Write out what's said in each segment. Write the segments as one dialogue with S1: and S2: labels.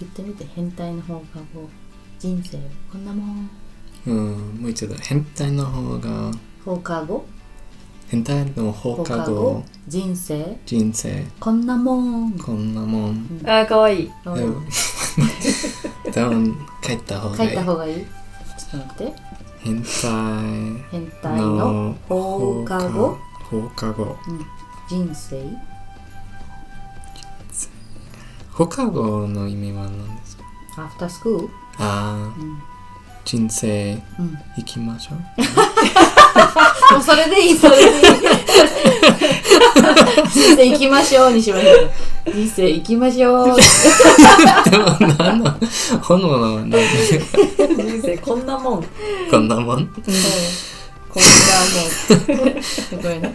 S1: 言ってみて変態の方がこう人生こんなもん
S2: うんもう一度変態の方が
S1: 放課後
S2: 変態の放課後
S1: 人生
S2: 人生
S1: こんなもん
S2: こんなもん
S3: あー、かわいい。
S1: う
S2: で
S1: ん
S2: も 多分帰った方
S1: 書
S2: が
S1: い
S2: いい
S1: た方がいいちょっと待って
S2: 変態
S1: 変態の放課後
S2: 放課後
S1: 人生
S2: 放課後の意味は何ですか
S1: アフタース クール
S2: ああ、
S1: うん
S2: 人生
S1: うん
S2: 行きましょう
S1: もうそれでいいそれでいい 人生行きましょうにしましょう人生行きましょう
S2: でも何の 炎の何
S3: 人生こんなもん。こん
S2: こんなもん
S3: な
S1: すごいな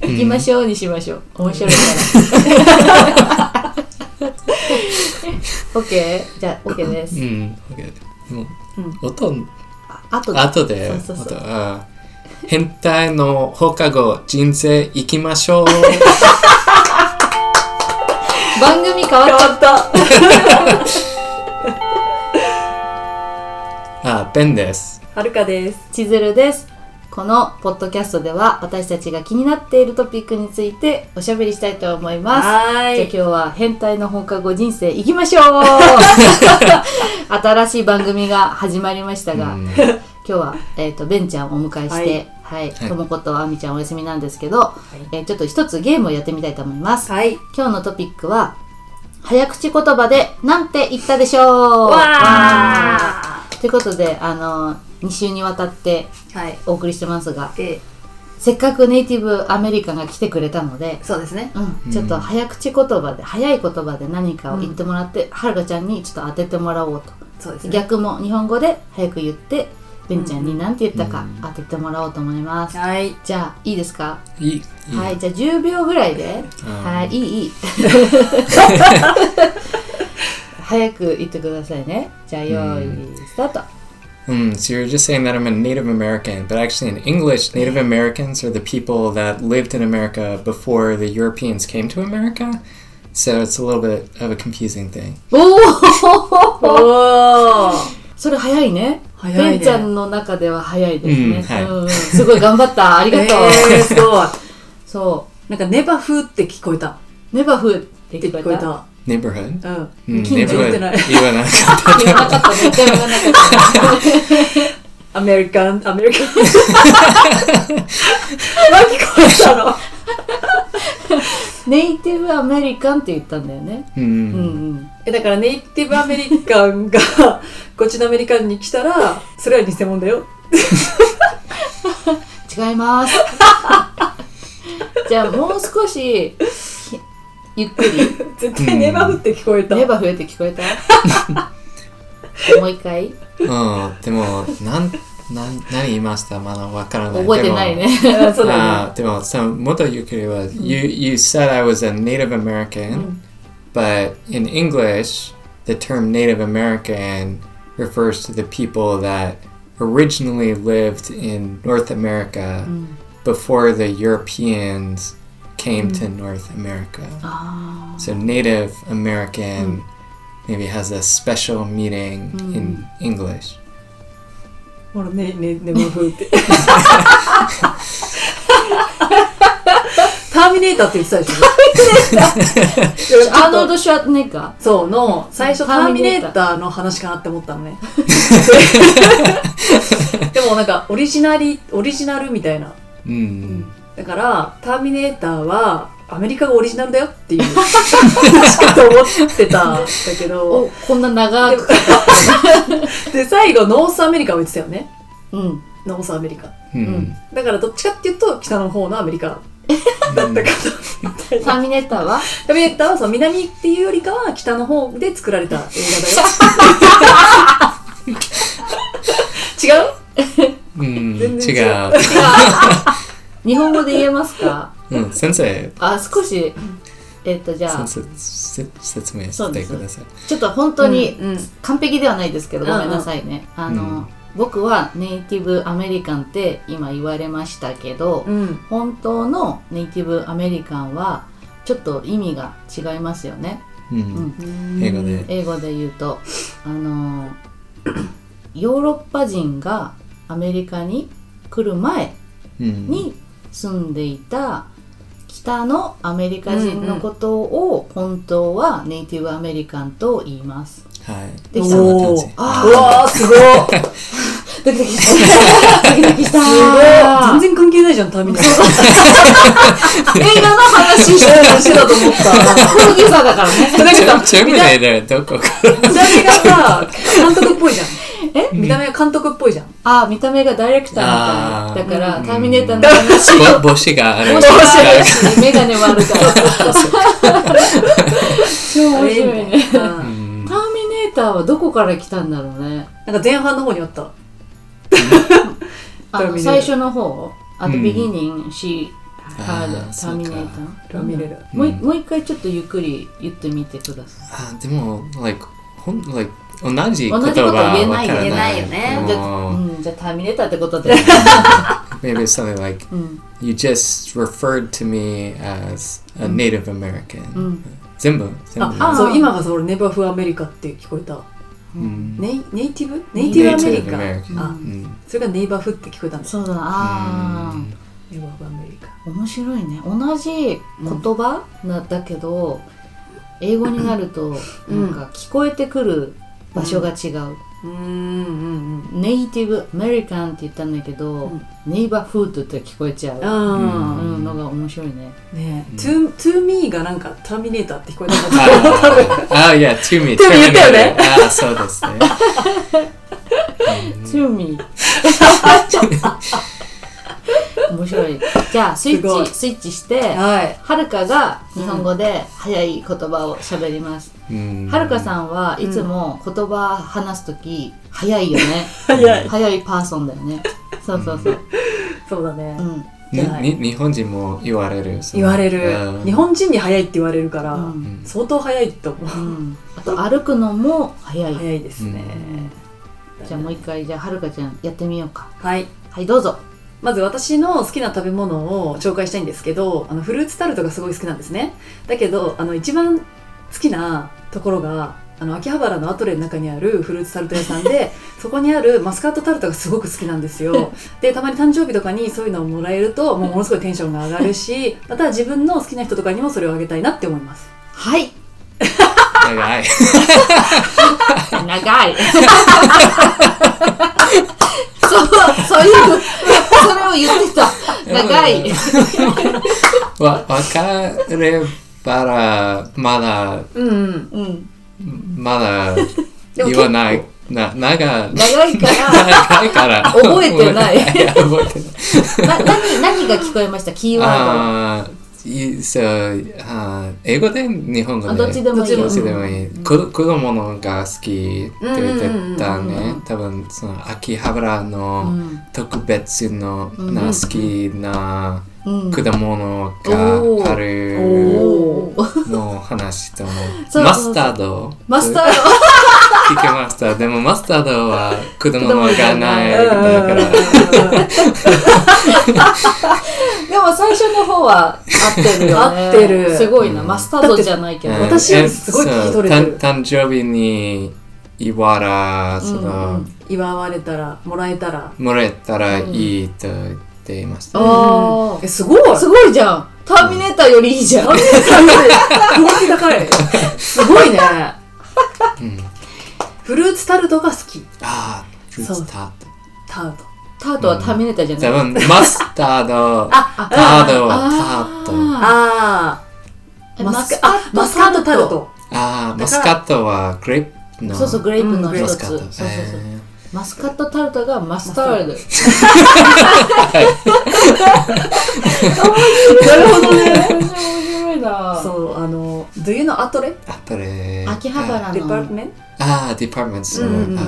S1: 行きましょうにしましょう面白いから OK じゃあ OK で
S2: う
S1: す
S2: ん OK でも、
S3: うん
S2: 音
S1: ああとで
S2: 後で
S1: そうそうそう
S2: 音あー変態の放課後人生行き ましょう
S1: 番組変わっち
S3: もん。
S1: ゃ
S3: 変わった。
S2: あペンです
S3: はるかです。
S1: う千鶴ですこのポッドキャストでは私たちが気になっているトピックについておしゃべりしたいと思います
S3: は
S1: じゃあ
S3: ー
S1: 今
S3: い。
S1: 日は変態の放課後人生行きま しょう新しい番組が始まりましたが、今
S2: うん
S1: 日は、えー、とベンちゃんをお迎えして、はい
S2: はい
S1: ともことあみちゃんお休みなんですけど、えーちょっと一つゲームをやってみたいと思います、
S3: はい。
S1: 今日のトピックは早口言葉でなんて言ったでしょう
S3: わあ。
S1: ということであの2週にわたって
S3: はい。
S1: お送りしてますが
S3: え
S1: せっかくネイティブアメリカンが来てくれたので
S3: ー、そうですね。
S1: うん、ちょっと早口言葉で、早い言葉で何かを言ってもらって、はるかちゃんにちょっと当ててもらおうと、
S3: そうですね。
S1: 逆も日本語で早く言ってベンちゃんに何て言ったか当ててもらおうと思います、
S3: はい。
S1: じゃあいいですか、
S2: いいいい
S1: はいじゃあ10秒ぐらいで、
S2: うん
S1: はいいい いい早く言ってくださいねじゃあ用意スタート、
S2: Mm, so you're just saying that I'm a Native American, but actually in English, Native Americans are the people that lived in America before the Europeans came to America. So it's a little bit of a confusing thing.
S1: おお
S3: おお。
S1: それ早いね
S3: 早いね
S1: ベンちゃんの中では早いですね、
S2: うんはい
S1: んすごい頑張ったあり
S3: え
S1: がとう、
S3: ー、すごい。
S1: そう
S3: なんかネバフって聞こえた。
S1: ネバフって
S3: って
S1: 聞
S3: 聞
S1: こ
S3: こ
S1: え
S3: え
S1: た。
S3: た。
S2: Neighborhood.
S3: うん。
S2: Mm,
S3: 近所行ってない。
S2: neighborhood.
S1: 言わなかったね。言わなかったね。
S3: アメリカン、アメリカン。何聞こえたの
S1: ネイティブアメリカンって言ったんだよね。うん
S2: mm,
S1: うん。
S3: えだからネイティブアメリカンがこっちのアメリカンに来たらそれは偽物だよ
S1: 違います。 じゃあもう少しひゆっくり。
S3: 絶対ネバフって聞こえた、
S1: ネバフって聞こえた？もう一回
S2: oh, でも、なん、なん、何言いましたまだわからない。
S1: 覚えてないね。
S3: あそう
S2: Uh,
S3: だね
S2: でも、でも、その、もっとゆっくりは、you, you said I was a Native American, but in English, the term Native American refers to the people that originally lived in North America before the Europeans came to North America. So Native American maybe has a special meaning in English.
S3: ほらねねネバフって ターミネーターって言ってたでしょ
S1: アーノ
S3: あ
S1: ル
S3: の
S1: ドシュワルツェネッガー。
S3: そうの最
S1: タ
S3: 初タ
S1: ー
S3: ー
S1: ミ
S3: ミ
S1: ネ
S3: ネ
S1: ーター
S3: ーターの話かなって思った のねでもなんかオリジナリオリジナルみたいな
S2: うん。
S3: だからターミネーターはアメリカがオリジナルだよっていうちょっと思ってたんだけど
S1: おこんな長く。
S3: で最後ノースアメリカを言ってたよね
S1: うん。
S3: ノースアメリカ
S2: うん。
S3: だからどっちかっていうと北の方のアメリカだったかなみたい
S1: タ
S3: な
S1: ーミネーターは
S3: ターミネーターはその南っていうよりかは北の方で作られた映画だよ違う
S2: うん、
S3: 全然
S2: 違
S3: 違
S2: う。
S1: 日本語で言えますか？
S2: うん、先生、
S1: あ少しえっとじゃあ
S2: 先生、せ説明してください。
S1: ちょっと本当に
S3: うんうん
S1: 完璧ではないですけど、
S3: うんうん
S1: ごめんなさいね。あの、
S2: うん
S1: 僕はネイティブアメリカンって今言われましたけど、
S3: うん
S1: 本当のネイティブアメリカンはちょっと意味が違いますよね。
S2: うん
S3: うん
S2: 英語で
S1: 英語で言うとあのヨーロッパ人がアメリカに来る前
S2: うん
S1: に住んでいた北のアメリカ人のことを本当はネイティブアメリカンと言います。
S2: はい
S1: できた
S2: そんな
S3: お
S2: 感
S3: ー
S2: じ
S1: あ
S3: うわーすごい
S1: ドキドキした。ドキドキした。
S3: 全然関係ないじゃんターミネーター
S1: 映画の話して
S3: うんしてたと思った
S1: プロデューサーだからね。
S3: なんか
S2: チェミ
S3: 見た
S2: ネーターどこか
S3: 見た目がさ監督っぽいじゃん
S1: え
S3: 見た目が監督っぽいじゃん
S1: あ、見た目がダイレクターみたい。だから、ターミネーターの話を。
S2: ぼ帽子がある
S1: 面白いし、メガネもあるから。超面白いね。
S3: あれう
S2: うんん
S1: ターミネーターはどこから来たんだろうね。
S3: なんか前半の方にあった
S1: あ
S3: ターミ
S1: の
S3: ネーター
S1: 最初の方、あと、
S2: うん
S1: ビギニング、シー、ハード、
S2: あー
S1: ターミネーター。
S3: ラミレル
S1: もうい
S2: うん
S1: もう一回ちょっとゆっくり言ってみてください。
S2: あでも like ほん like 同じ言葉
S1: 同じことは言えない
S2: わから
S1: 言え
S3: ないよね
S1: じゃあ、
S2: もう
S1: うん、じゃあターミネーターってことで。
S2: maybe it's something like
S1: うん、
S2: you just referred to me as a Native American、
S1: うん、
S2: 全部全部
S1: あ
S3: あそう今がさ俺ネバフアメリカって聞こえた
S2: うん
S3: ネイネイティブネイティブアメリカ
S2: Native American
S3: あ
S2: うん
S3: それがネイバフって聞こえたんです
S1: そうだな。あー
S3: ネイバフアメリカ
S1: 面白いね同じ言葉なんだけど、英語になると
S3: うん
S1: なんか聞こえてくる場所が違う、
S3: うんうんうん
S1: ネイティブアメリカンって言ったんだけど、
S3: うん
S1: ネイバーフードって聞こえちゃう、う
S3: あ
S1: んのが面白いね
S3: あね
S2: うん
S3: え to to me がなんかターミネーターって聞こえたんだ
S2: ああ、いや、to me。
S3: To me 言ったよね。
S2: ああ、そうですね。
S1: チューミー面白いじゃあスイ
S3: すご
S1: ッ
S3: い
S1: チスイッチして
S3: はい
S1: はるかが日本語で早い言葉を喋ります、
S2: うん
S1: はるかさんはいつも言葉話すとき早いよね
S3: 早い
S1: 早いパーソンだよね。そうそうそう。
S3: そうだね
S1: うん。
S2: にに日本人も言われる。その
S3: 言われる
S2: うん
S3: 日本人に早いって言われるから
S1: うん
S3: 相当早いと思う
S1: うん。あと歩くのも早い。
S3: 早いですね
S1: じゃあもう一回じゃあはるかちゃんやってみようか。
S3: はい
S1: はいどうぞ。
S3: まず私の好きな食べ物を紹介したいんですけどあのフルーツタルトがすごい好きなんですねだけどあの一番好きなところがあの秋葉原のアトレの中にあるフルーツタルト屋さんで そこにあるマスカットタルトがすごく好きなんです よでたまに誕生日とかにそういうのをもらえるともうものすごいテンションが上がるし また自分の好きな人とかにもそれをあげたいなって思います
S1: はい。
S2: 長い。
S1: 長い。 そうそういうそれを言ってた。長い。
S2: わ、わかればら、まだ、
S3: うんうん
S1: うん。
S2: まだ
S3: でも
S2: 言わない。な、 長、
S1: 長いから。
S2: 長いから。
S1: 覚えてない
S2: や覚えてない。
S1: な何何が聞こえましたキーワー
S2: ああ、いそう、あー英語で日本
S1: ド。
S2: 語
S1: あ
S2: で。
S1: どっちでもいい
S2: ど
S1: よ
S2: っ。ちでもいい。子子供のが好きって言ってた
S1: うんうんうんう
S2: ね
S1: ん。
S2: 多分その秋葉原
S1: う
S2: の
S1: ん。
S2: 特別の
S1: うん
S2: な好きな
S1: うん。
S2: 果物がある
S1: おー
S2: のを話しても
S1: そう
S2: マスタード
S1: マスタード。
S2: 聞きました。でもマスタードは果物がない
S1: 果
S2: だから。
S1: でも最初の方は合ってるよね
S3: 合ってる
S1: すごいな、マスタードじゃないけど、
S2: うん
S1: うん
S3: 私すごい聞き取れてる
S2: そうたん誕生日にいわらその、
S1: うん
S3: 祝われたらもらえたら
S2: もらえたらいいと言っていました。
S1: あー
S3: うんえすごい
S1: すごいじゃんターミネーターよりいいじゃん、
S3: クオリティ高い。 すごいね。
S2: うん
S3: フルーツタルトが好き。
S2: あー、フルーツタート。
S3: タルト。
S1: タートはターミネーターじゃ
S2: 多
S1: ない、
S2: 分マスタード、
S3: あ、
S2: タード
S1: あ
S2: はタート。
S3: あ
S1: え
S3: ー。マ
S1: マスカッ
S3: スカあ
S1: ト
S3: マスカットタルト。
S2: あー、マスカットはグレープの。
S1: そうそうグレープの
S3: うん
S1: 一
S2: マ
S1: つ、
S2: ス
S1: そ
S2: カ
S1: う
S2: ッ
S1: そう
S2: ト。
S1: そう
S2: え
S1: マスカットタルトがマスタード
S3: なるほどね。
S1: 面白いな
S3: そう、あの、Do you know アトレ
S2: ーあとね。
S1: 秋葉原
S3: デパー
S1: の
S3: トメン
S2: ああ、デパートメント。
S3: うんうん
S2: あ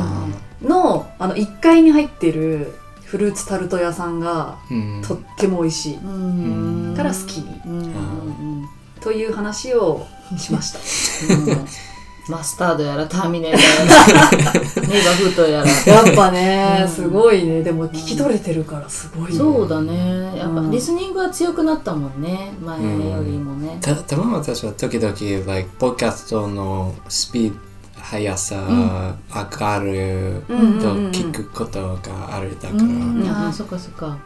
S3: トの、あの、1階に入ってるフルーツタルト屋さんが
S2: ーうん
S3: とっても美味しい。
S1: うん
S3: から好き。
S1: うんうんうん
S3: という話をしました。
S1: うんマスタードやらターミネーターやらネイバーフードやら
S3: やっぱね、
S1: うん
S3: すごいねでも聞き取れてるからすごいよ、
S1: そうだねやっぱ
S3: うん
S1: リスニングは強くなったもんね前よりもね、
S2: たたま私は時々、like、ポッドキャストのスピード速さ、上がる
S3: うんうん
S2: と
S3: うんうん
S2: 聞くことがあるだ
S1: う
S2: から、
S1: ん
S3: うん
S1: ああそっかそっか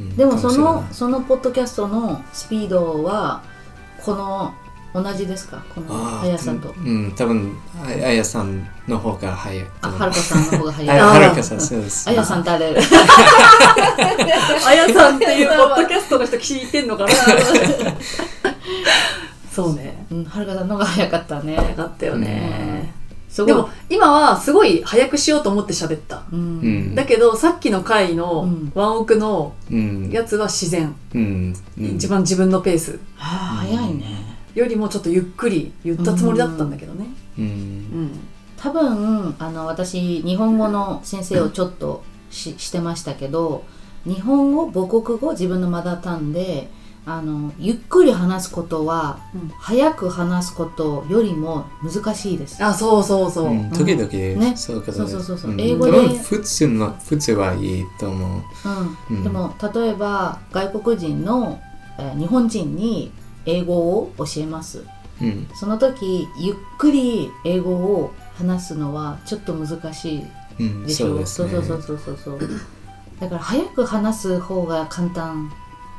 S2: うん
S1: でもそ
S2: か
S1: の
S2: し
S1: そのポッドキャストのスピードはこの同じですかこの
S2: れないああ
S1: 速さと
S2: うん多分ああやさんの方が速い
S1: あはるかさんの方が
S2: あ
S1: 速い
S3: あ
S1: あ
S2: はるかさんそうです
S1: やさん誰
S3: あやさんっていうポッドキャストの人聞いてんのかなそうね
S1: うんはるかさんの方が速かったね
S3: よかったよね、
S1: すごい
S3: でも今はすごい早くしようと思って喋った
S1: う
S2: うんん
S3: だけどさっきの回
S1: う
S3: の
S1: ん
S3: ワンオクの
S2: うん
S3: やつは自然、
S2: うんうん
S3: 一番自分のペース
S1: はあ早いね
S3: よりもちょっとゆっくり言ったつもりだったんだけどね
S2: うん
S3: うん
S1: 多分あの私日本語の先生をちょっとししてましたけど日本語母国語自分のマダタンであのゆっくり話すことは、
S3: うん
S1: 早く話すことよりも難しいです。
S3: あそうそうそう、
S2: うん時々
S1: ね
S2: そういうこと
S1: そう
S2: です
S1: そうそうそうん英語で
S2: 多分普通の普通はいいと思う
S1: う
S2: うん
S1: ん、でも例えば外国人の、えー日本人に英語を教えます。
S2: うん
S1: その時ゆっくり英語を話すのはちょっと難しい
S2: うん
S1: でし
S2: そ
S1: ょ
S2: うです
S1: そう
S2: ね
S1: そうそうそうそうそうだから早く話す方が簡単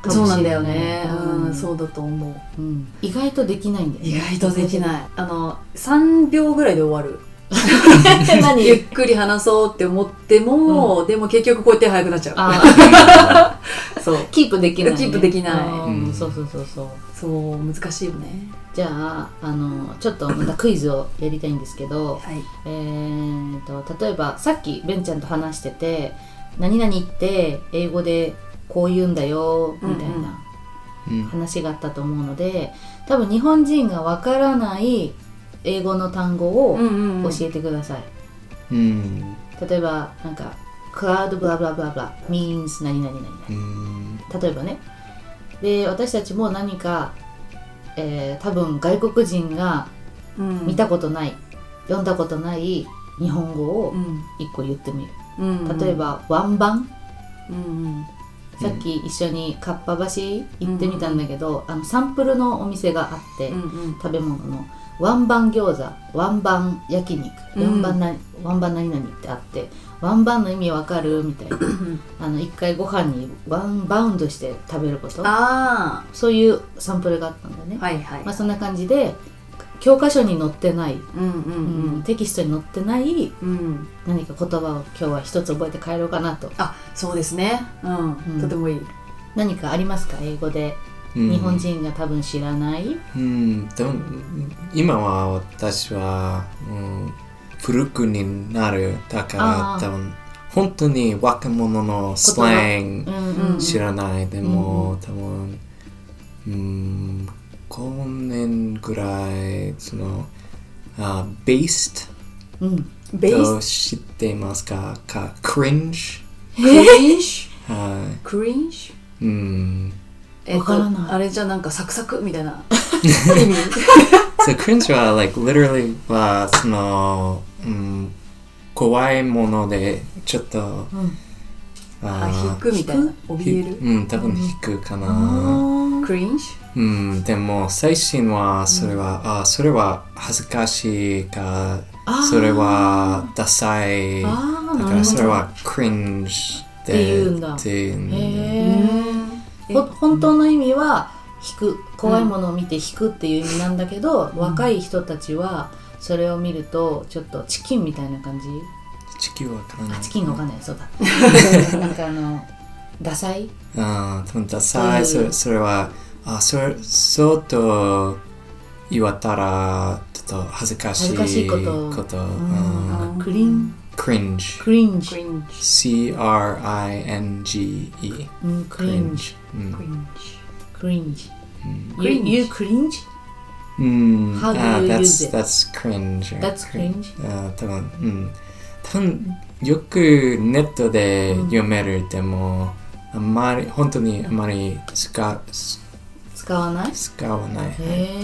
S1: かもしれ
S3: そうなんだよね、うん
S1: うん
S3: そうだと思う
S1: うん意外とできないんだよね
S3: 意外とできないあの3秒ぐらいで終わる
S1: い
S3: ゆっ
S1: 何
S3: くり話そうって思っても、でも結局こうやって早くなっちゃう
S1: あ
S3: そう
S1: キープできないね、
S3: キープできない
S1: うん
S2: うん
S1: そうそうそうそう
S3: そう難しいよね
S1: じゃああのちょっとまたクイズをやりたいんですけど
S3: はい
S1: えー、と例えばさっきベンちゃんと話してて「何々って英語でこう言うんだよ」みたい
S3: うんうん
S1: な
S2: うん
S1: 話があったと思うので多分日本人がわからない英語の単語を
S3: うんうんうん
S1: 教えてください、
S2: うん
S1: 例えばなんか「クラウドブラブラブラブラ」means 何々何々
S2: うん
S1: 例えばねで私たちも何か、えー多分外国人が
S3: うん
S1: 見たことない、読んだことない日本語を
S3: うん
S1: 一個言ってみる、
S3: うんうん
S1: 例えば「ワンバン
S3: うんうん」
S1: さっき一緒にかっぱ橋行ってみたんだけど、あのサンプルのお店があって、
S3: うんうん
S1: 食べ物のワンバン餃子ワンバン焼肉
S3: うん
S1: ワンバンな、ワンバン何々ってあってワンバンの意味わかるみたい なあの一回ご飯にワンバウンドして食べること
S3: あ
S1: そういうサンプルがあったんだね、
S3: あはいはい、
S1: まあ、そんな感じで教科書に載ってない、
S3: うんうん
S1: うんテキストに載ってない
S3: うんうん
S1: 何か言葉を今日は一つ覚えて帰ろうかなと
S3: あそうですねうん、
S1: ん
S3: とてもいい
S1: 何かありますか英語で
S2: うん
S1: 日本人が多分知らない、
S2: うんでも今は私は、うん、古くになるだか
S1: あー
S2: ら多分本当に若者のスラン
S1: う
S2: グ
S1: ん
S3: うん
S2: 知らないで
S1: う
S2: も、多分うん5年ぐらいそのあ based
S1: うんうん
S3: ベ
S2: と
S3: ース
S2: 知っていますかか cringe
S3: クリンシュ
S2: は
S3: クリンシュ
S2: いうん
S3: えっ
S1: わからない
S3: とあれじゃなんかサクサクみた いな 意味
S2: So cringe は like literally はその、うん、怖いものでちょっと
S1: うん
S3: あ引
S2: あ
S3: くみたいな
S2: ー
S3: 怯え
S2: ひ
S3: る
S2: うん多分引くか
S1: あ
S2: な、
S1: ー
S3: クリンシ
S2: うん、でも最新はそれは、あそれは恥ずかしいか
S1: あー
S2: それはダサいだ
S1: ああ、な
S2: か
S1: る
S2: ら
S1: ほ
S2: それ
S1: ど。
S2: は cringe
S1: っ
S2: で
S1: て言うんだ
S2: っていうんだ
S3: ュ
S1: へえ。ほ
S3: ほ
S1: 本当の意味は引く怖いものを見て引くっていう意味なんだけど、
S3: ん
S1: 若い人たちはそれを見るとちょっとチキンみたいな感じ。
S2: 地球はかな
S1: あチキンのわかんないそうだ。 なんかあのダサい。
S2: あー多分ダサい、それそれはあそれそうと言われたらちょっと恥ずかし
S1: 恥ず
S2: い
S1: かしいこと
S2: こと、う
S1: うん
S2: ん
S1: あのクリン
S2: cringe
S1: クリンジ
S3: ク。リンシ
S2: C-R-I-N-G-E
S1: うんクリンジ
S2: cringe う
S3: ュクリ
S2: ん
S1: クリン
S3: ンシ
S1: ジ。
S3: ュク
S1: You
S3: リンシ
S1: you
S3: ュ
S1: cringe?
S2: うん
S1: How do
S2: Ah,
S1: you
S2: that's,
S1: use it?
S2: that's cringe or
S1: That's cringe.
S2: あー多分うん多分よくネットで読める、でもあんまり本当にあまり使使
S1: 使わない？
S2: 使わない、
S1: へ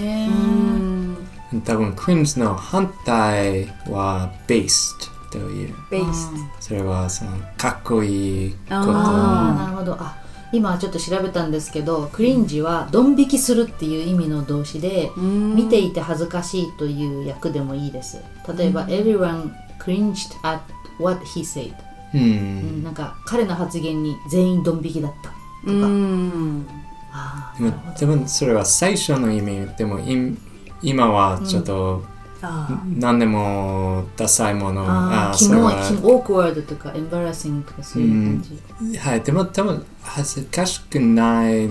S1: え
S3: う。ん
S2: で多分 cringe の反対は based という
S3: ベース
S2: それはそのかっこいいこと
S1: あ
S3: あ
S1: ーなるほどあ今ちょっと調べたんですけどクリンジはドン引きするっていう意味の動詞で見
S3: 見
S1: ていて恥ずかしいという役でもいいです例えば、everyone cringed at what he said、
S2: う
S1: うん
S2: ん
S1: なんか彼の発言に全員ドン引きだった
S3: うーん
S1: あー
S2: でも多分それは最初の意味でもい今はちょっと
S3: あ
S2: 何でもダサいもの、
S1: あー
S2: あそ
S1: キ
S2: れ
S1: モい
S2: は
S1: キモオークワードとかエンバラシングとかそういう感じ、
S2: はい、でも多分恥ずかしくない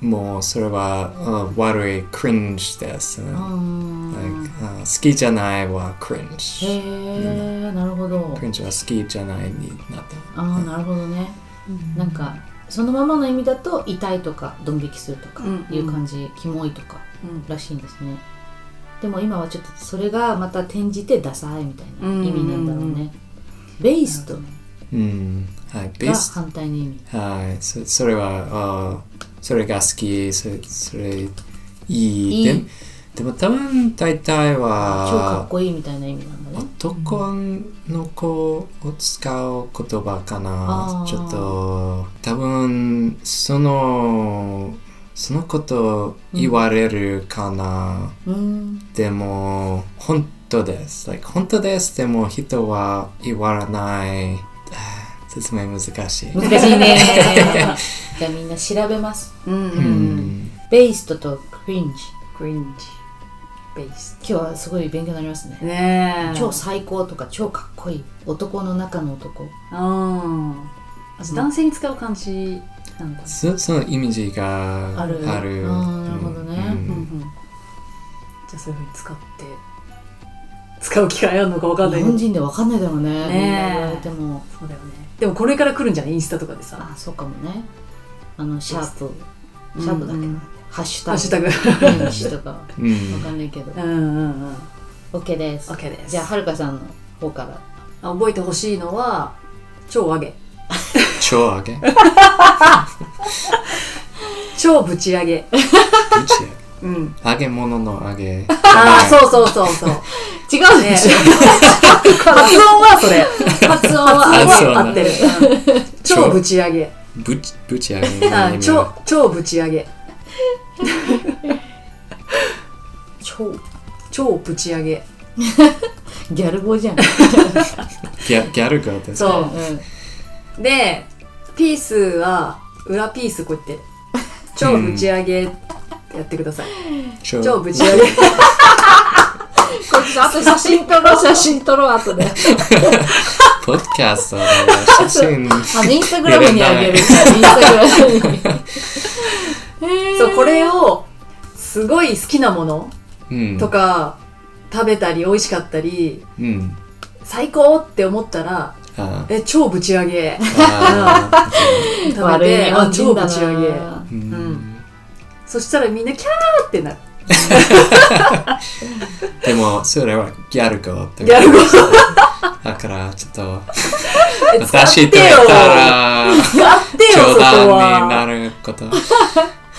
S2: もうそれは、うん悪い cringe です、ね
S1: うーん
S2: Like, あ好きじゃないは
S1: へ
S2: cringe。
S1: えなるほど
S2: cringe は好きじゃないになった。
S1: ああなるほどねなんかそのままの意味だと痛いとかドン引きするとか
S3: うんうん
S1: いう感じ、キモいとか
S3: うん
S1: らしいんですねでも今はちょっとそれがまた転じてダサいみたいな意味なんだろうね、
S3: うんうん
S1: ベースと
S2: うん。はい、ベ
S1: が
S2: ース。
S1: 反対の意味
S2: はい、そそれは、あそれが好き、それそれいい。
S1: いい
S2: ででも多分大体
S1: 超かっ
S2: は
S1: こいいみたいな意味なんだね
S2: 男の子を使う言葉かな
S1: あ。ー
S2: ちょっと多分そのそのこと言われるかな。
S1: うん
S2: でも本当です。Like, 本当です。でも人は言わない。あー説明難しい。
S1: 難しいねじゃあみんな調べます
S3: うんう
S2: うんん、
S1: ベーストとクリンジ
S3: クリンジベース
S1: 今日はすごい勉強になりますね
S3: ねえ
S1: 超最高とか超かっこいい男の中の男
S3: うんあ男性に使う感じなんだ
S2: そそのイメージが
S1: あ
S2: あ
S1: る
S2: る。
S1: あーなるほどね
S2: うん
S3: うんうんじゃあそういうふうに使って使う機会あるのかわかんな
S1: 日
S3: い
S1: 本人でわかんないだろうね
S3: ねえ
S1: みんな言われても
S3: そうだよねでもこれから来るんじゃないインスタとかでさ
S1: あそうかもねあのシャープ
S3: うん
S1: シャープだっけ、
S3: うん
S1: ハッシュ
S3: ハ
S1: タ
S3: ッ
S1: グ
S3: シュタグ
S1: 天使とかわ
S2: うん
S1: かんない けど
S3: うんうん うん
S1: OK です、
S3: OK です
S1: じゃあはるかさんの方から
S3: あ覚えてほしいのは超上げ
S2: 超上げ。ぶ
S3: 超ぶち上げ
S2: ち
S3: うん
S2: 上げ。揚げ物の揚げ。
S3: ああ
S2: う。
S3: そうそうそうそう
S1: 違う
S3: ね 発音はそれ
S1: 発音
S2: 発
S1: は
S2: 音
S3: 合ってるうん超ぶち上げ
S2: ぶち、ぶち上げ。
S3: あー超超ぶち上げ
S1: 超
S3: 超ぶち上げ
S1: ギャル語じゃん、
S2: ギャギャル語です。
S3: そう
S1: う
S3: でピースは裏ピースこうやって超ぶち上げやってください、
S2: 超
S3: 超ぶ ち上げ
S1: ん、こっちあと写真撮ろう写真撮ろうあとで
S2: ポッドキャストの写真。
S1: あのインスタグラムにあげるインスタグラムに へー
S3: そうこれをすごい好きなもの
S2: うん。
S3: とか、食べたり美味しかったり
S2: うん。
S3: 最高って思ったら
S2: あ
S3: え超ぶち上
S2: ー
S3: げ
S2: あ
S3: 食べて
S1: 悪い日
S3: あ
S1: 本
S3: 超
S1: 人
S3: ぶ
S1: だ
S3: ち上げ
S1: な
S2: ー。うん
S3: そしたらみんなキャーってなる
S2: でもそれはギャル語って
S3: ギャル語
S2: だからちょっと
S3: え使って
S2: 私
S3: よ
S2: と言ったら
S3: 使ってよ
S2: 冗
S3: そこ
S2: 談にな
S3: は
S2: ること、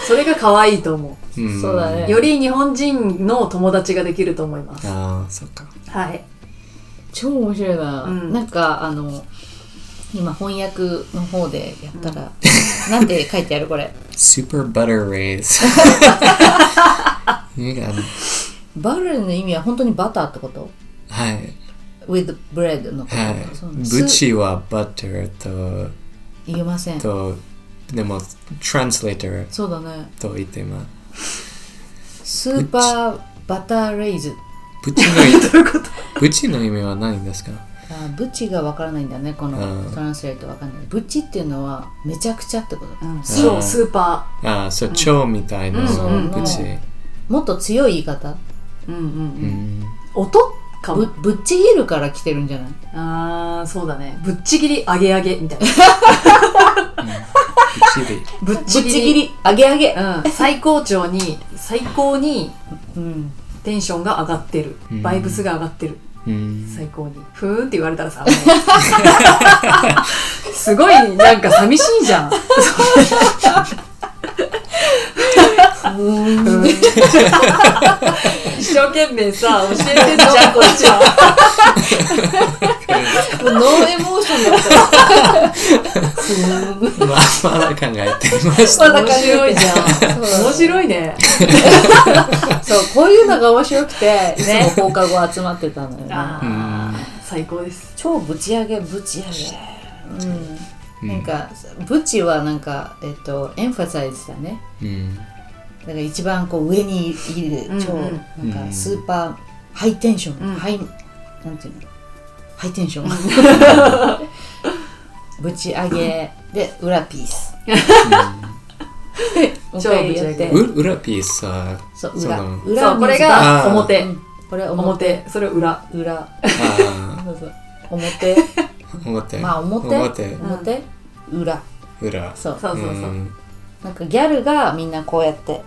S3: それが可愛いと思
S2: ん
S1: そうだね
S3: うより日本人の友達ができると思います
S2: ああそっか
S3: はい
S1: 超面白いな、
S3: うん
S1: なんかあの今翻訳の方でやったら、 なんて書いてあるこれ
S2: スーパーバターレイズ意味がある
S1: バルの意味は本当にバターってこと
S2: はい
S1: with bread のこと、そ
S2: は
S1: の
S2: い
S1: ス
S2: ブチはバターと
S1: 言えません
S2: とでもトランスレーター
S1: そうだね
S2: と言ってます
S1: スーパーバターレイズ
S2: ブチの 意味ブチの意味は何ですか
S1: あブチがわからないんだねこ
S2: う
S1: の
S2: ん
S1: トランスレートわかんないブチっていうのはめちゃくちゃってこと
S3: うんそうスーパ
S2: ああそう蝶みたいな
S1: うん
S2: ブチ
S1: もっと強い言い方
S3: ーうんうん
S2: う
S3: うん
S2: ん
S3: 音か
S1: ぶ
S3: も
S1: ぶっちぎるから来てるんじゃない
S3: あーそうだねぶっちぎりあげあげみたい な
S2: ブチリ
S3: ぶっ
S1: ぶっち
S3: ちぎり
S1: ぎり上げ上げ
S3: うん、最高潮に最高に
S1: うん
S3: テンションが上がってる
S2: うん
S3: バイブスが上がってる
S2: うん
S3: 最高にふーんって言われたらさもうすごいなんか寂しいじゃん
S1: うーん
S3: ふーん一生懸命さ、教えてんじゃん、こっちは。
S1: もうノーエモーションだった。すごい。
S2: ままだ考えてま し
S1: ま
S2: た。
S1: だ
S3: 面白いじゃん。面白いね。
S1: そう、こういうのが面白くて、いつも放課後集まってたのよ、ね。
S3: あー最高です。
S1: 超ぶち上げ、ぶち上げ。うん。なんか、ぶちはなんか、えっと、エンファサイズだね。
S2: うん
S1: だから一番こう上にいる
S3: うんうん
S1: 超
S2: ん
S1: なんかスーパーハイテンション、
S3: うん
S1: ハイなんていうのハイテンション ぶち上げで裏ピースもう一回やって
S3: 超
S2: う裏ピースさ、
S1: そう
S2: そ
S1: 裏
S2: の
S1: 裏
S3: そう、これ
S2: あ
S3: が
S2: ー
S1: 水
S3: 表
S1: う。んこれ表
S3: 表、それ裏。
S1: 裏
S2: あ
S1: そうそう表
S2: ー表。
S1: まあ表
S2: 表。
S1: 表裏
S2: 裏。
S1: そう
S3: そうそうそう。
S2: ん
S1: なんかギャルがみんなこうやって
S2: ん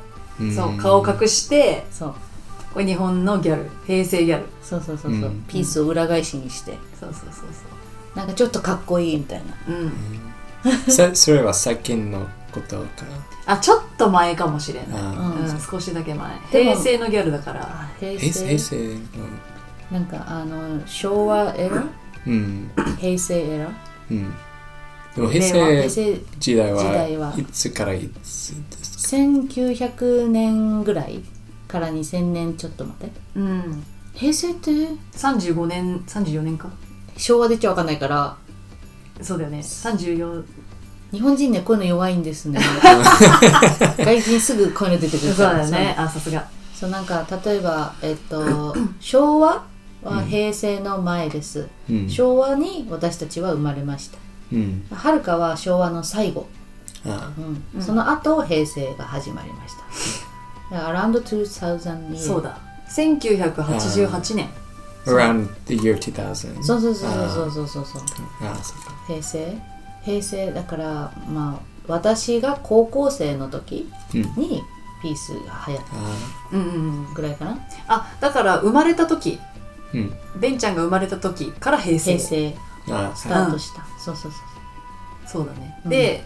S3: そう、顔隠して、
S1: そう
S3: これ日本のギャル、平成ギャル。
S1: そうそうそうそう
S2: うん
S1: ピースを裏返しにして
S3: そうそうそうそ
S1: なんかちょっとかっこいいみたいな
S3: う。うん。
S2: さそれは最近のことか。
S3: あ、ちょっと前かもしれない。
S2: あ
S1: うん
S3: うん、少しだけ前。
S1: でも
S3: 平成のギャルだから。
S1: 平
S2: ー平成
S1: 成
S2: 平成の。
S1: なんかあの昭和エ ラ
S2: うん。
S1: 平成エラ
S2: うん。でも平
S1: 平
S2: 成
S1: 成
S2: 時代
S1: 時代は
S2: はいつからいつですか
S1: 1900年ぐらいから2000年ちょっと待って
S3: うん。
S1: 平成って
S3: 35年、34年か。
S1: 昭和でっちゃわかんないから
S3: そうだよね。34。
S1: 日本人ねこういうの弱いんです ね外人すぐこういうの出てく
S3: そ
S1: る
S3: う
S1: から
S3: だよね。あ、さすが。
S1: そうそうなんか例えばえっと昭和は平成の前です、
S2: うん
S1: 昭和に私たちは生まれました
S2: うん。
S1: はるかは昭和の最後
S2: あ
S1: うん
S3: うん
S1: その後平成が始まりました。だから around 2000 years
S3: そうだ。1988年。
S2: ー Around the year 2000.
S1: そうそうそうそうそうそうそう
S2: あーそうか。
S1: 平成平成だからまあ私が高校生の時
S2: うん
S1: にピースが流行っ
S2: あ
S3: うんうんうん。
S1: たぐらいかな
S3: あ、だから生まれた時、
S2: ーうん。
S3: ベンちゃんが生まれた時から平成。
S1: 平成
S2: あ
S1: ス
S2: ー
S1: タートした、そうそうそう
S3: そうだね。
S1: うん
S3: で、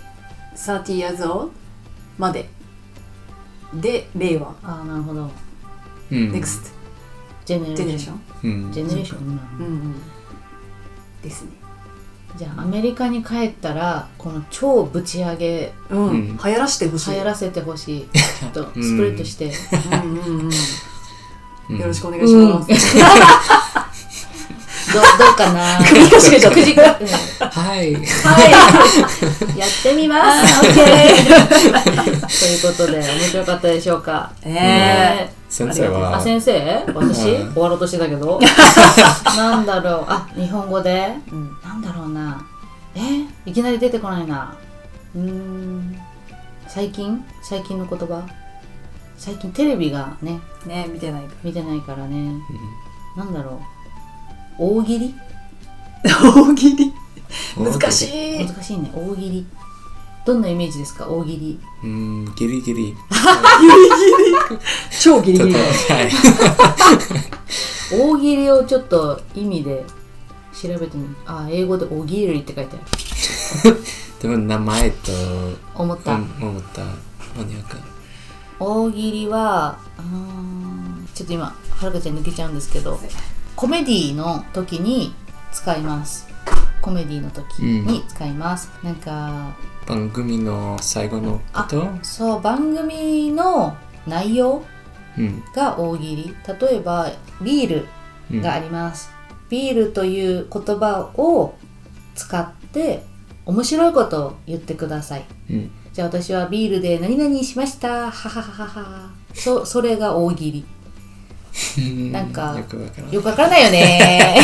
S3: 30 years old まで。で、令和。
S1: ああなるほど
S2: うん。
S3: next
S1: ジェネレーション
S2: う
S3: generation。
S2: ん。
S1: ジェネレーション、
S3: うんうん。ですね。
S1: じゃあアメリカに帰ったらこの超ぶち上げ
S3: うん。
S2: うん
S3: 流行らしてほしい。
S1: 流行らせてほしいちょっとスプレッド して、
S3: うんうんうん。よろしくお願いし
S1: うん
S3: ます。
S1: どどうかな
S3: 首かしげちゃった
S1: くじか、うん
S2: く。は
S1: は
S2: い。
S1: い。やってみます。オッケー。ということで、面白かったでしょうか。
S3: え
S2: 先生
S1: あ、
S2: は。
S1: 先生私
S2: うん
S1: 終わろうとしてたけど。 なんだろう。あ、日本語で。
S3: え。うん
S1: なんだろうな。えいきなり出てこないな。うーん。最近最近の言葉最近テレビがね、
S3: ね見てないか
S1: 見てないからね。なんだろう。大喜利
S3: ら。 大喜利。難し
S2: い。
S3: い。
S1: 難しいね。大喜利。どんなイメージですか大喜利。
S2: うん、ギリギリ。
S3: 超ギリ
S2: ちょっ
S3: ギリ
S2: と、
S3: だよ。
S2: は
S1: 大喜利をちょっと意味で調べてみるあ英語で大喜利って書いてある
S2: い。でも名前と、
S1: 思った、
S2: うん思った。何やか。
S1: 大喜利はうーんちょっと今はるかちゃん抜けちゃうんですけどコメディの時に使いますコメディの時に使います、なんか
S2: 番組の最後のこと
S1: そう番組の内容
S2: うん。
S1: が大喜利例えばビールがあります、ビールという言葉を使って面白いことを言ってください
S2: うん。
S1: じゃあ私はビールで何々しましたはははははそそれが大喜利なんか
S2: よくわからん。
S1: よくわからないよ ね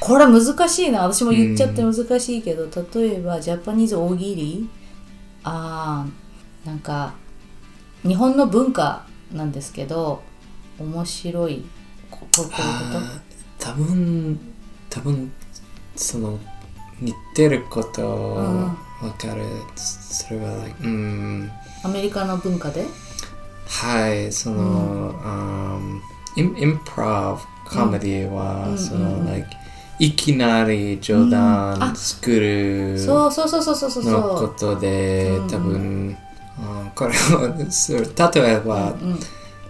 S1: これ難しいな私も言っちゃって難しいけど、例えばジャパニーズ大喜利あーなんか日本の文化なんですけど面白いこここういうこ
S2: あー多分、多分、その、似てること
S1: うん
S2: わかる。それは、like うん。
S1: とアメリカの文化で
S2: はい、その、インインプロブ、コメディは、
S1: うん
S2: そ
S1: うんう
S2: の、
S1: ん
S2: like いきなり冗
S1: うんあ
S2: 談作る
S1: そうそうそうそうそうそう
S2: のこ
S1: そ
S2: とで
S1: うんうん、
S2: 多分、うんこれは、そう例えば
S1: う、うん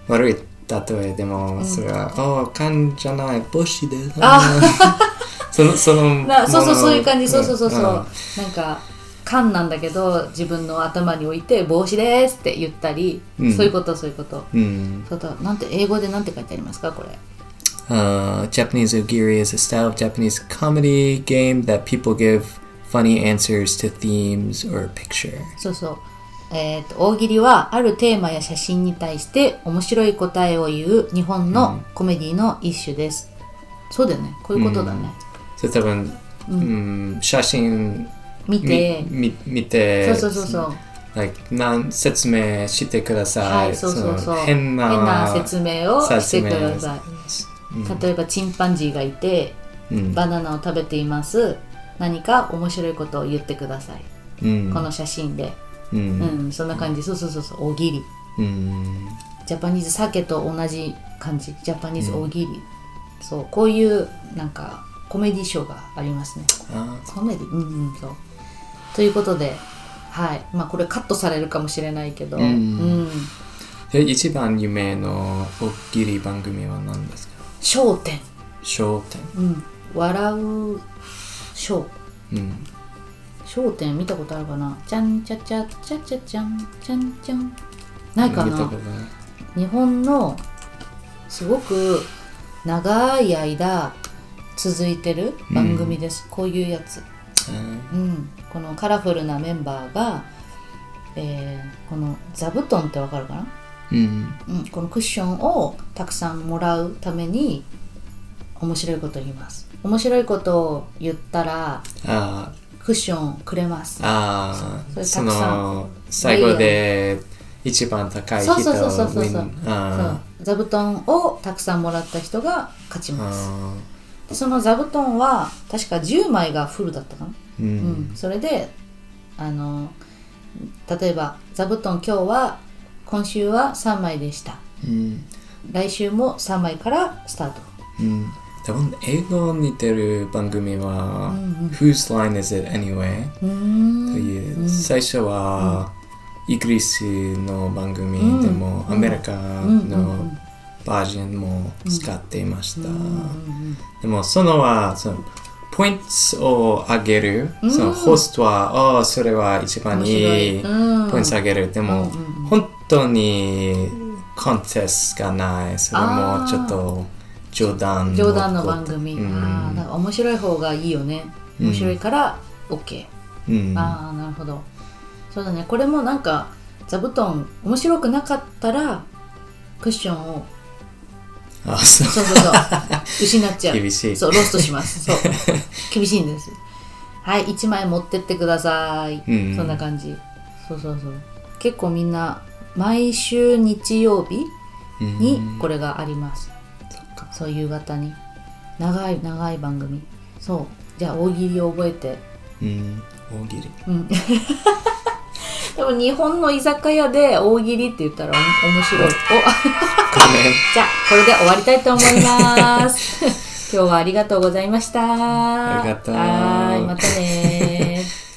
S2: 悪い例えでもそれは「お缶じゃない帽子で」あー そのその も
S1: な
S2: の
S1: そうそうそういう感じそうそうそうそう、
S2: んん
S1: なんか缶なんだけど自分の頭に置いて「帽子です」って言ったり、
S2: うん
S1: そういうことそういうこと
S2: うん
S1: そうだなんて英語でなんて書いてありますかこれ
S2: Uh, Japanese Ugiri is a style of Japanese comedy game that people give funny answers to themes or picture.
S1: そうそうえー、と大喜利はあるテーマや写真に対して面白い答えを言う日本のコメディの一種です、そうだよねこういうことだね、
S2: So, 多分、うん、写真
S1: 見て
S2: みみ見て
S1: そうそうそうそう
S2: like なん説明してください、
S1: はいそうそうそう
S2: の変な
S1: 変な説明をしてくだ
S2: 説
S1: さい
S2: 明
S1: 例えばチンパンジーがいて
S2: うん
S1: バナナを食べています何か面白いことを言ってください、
S2: うん
S1: この写真で
S2: う
S1: うんん、そんな感じそうそうそうそう大喜利
S2: うん
S1: ジャパニーズ酒と同じ感じジャパニーズ大喜利、そうこういうなんかコメディショーがありますね
S2: あ
S1: コメディうんうんそうということではいまあこれカットされるかもしれないけど、うん
S2: で一番有名の大喜利番組は何ですか
S1: 焦点、
S2: 笑点
S1: うん、笑うショー
S2: うん
S1: 焦点見たことあるかなちゃんちゃちゃちゃちゃちゃんちゃんちゃんないか
S2: 見た
S1: な
S2: ことない
S1: 日本のすごく長い間続いてる番組です、こういうやつ、
S2: うん
S1: うん、このカラフルなメンバーが、えーこの座布団ってわかるかな、
S2: うん
S1: うん、このクッションをたくさんもらうために面白いことを言います面白いことを言ったら
S2: あ
S1: クッションをくれます
S2: あ
S1: それ
S2: そ
S1: たくさん
S2: の最後で一番高い人
S1: そうそうそうそうそう
S2: win
S1: そうそう
S2: あ
S1: 座布団をたくさんもらった人が勝ち
S2: ー
S1: ます
S2: あ
S1: でその座布団は確か10枚がフルだったかな、
S2: ーう
S1: うん
S2: ん
S1: それであの例えば座布団今日は今週は3枚でした
S2: うん
S1: 来週も3枚からスタート
S2: うん多分英語に似てる番組は「Whose Line Is It Anyway?」
S1: うーん
S2: という最初はイギリスの番組でもアメリカのバージョンも使っていましたでもそのはそのポイントを上げるそのホストはああそれは一番いい
S1: うん
S2: ポイント上げるでも本当にコンテストがないそれもちょっと冗談
S1: 冗談の番組、
S2: うん
S1: ああなんか面白い方がいいよね
S2: うん
S1: 面白いから OK、
S2: うん
S1: ああなるほどそうだねこれもなんか座布団面白くなかったらクッションを
S2: あそう
S1: そうそうそう 失っちゃう
S2: 厳しい
S1: そうロストします そう厳しいんですはい1枚持ってってください、
S2: うん
S1: そんな感じそうそうそう結構みんな毎週日曜日にこれがあります、そう夕方に長い長い番組そうじゃあ大喜利を覚えて
S2: うん大喜利
S1: でも日本の居酒屋で大喜利って言ったらお面白いお
S2: ごめん
S1: じゃあこれで終わりたいと思います 今日はありがとうございました
S2: ありがとう
S1: はーいまたねー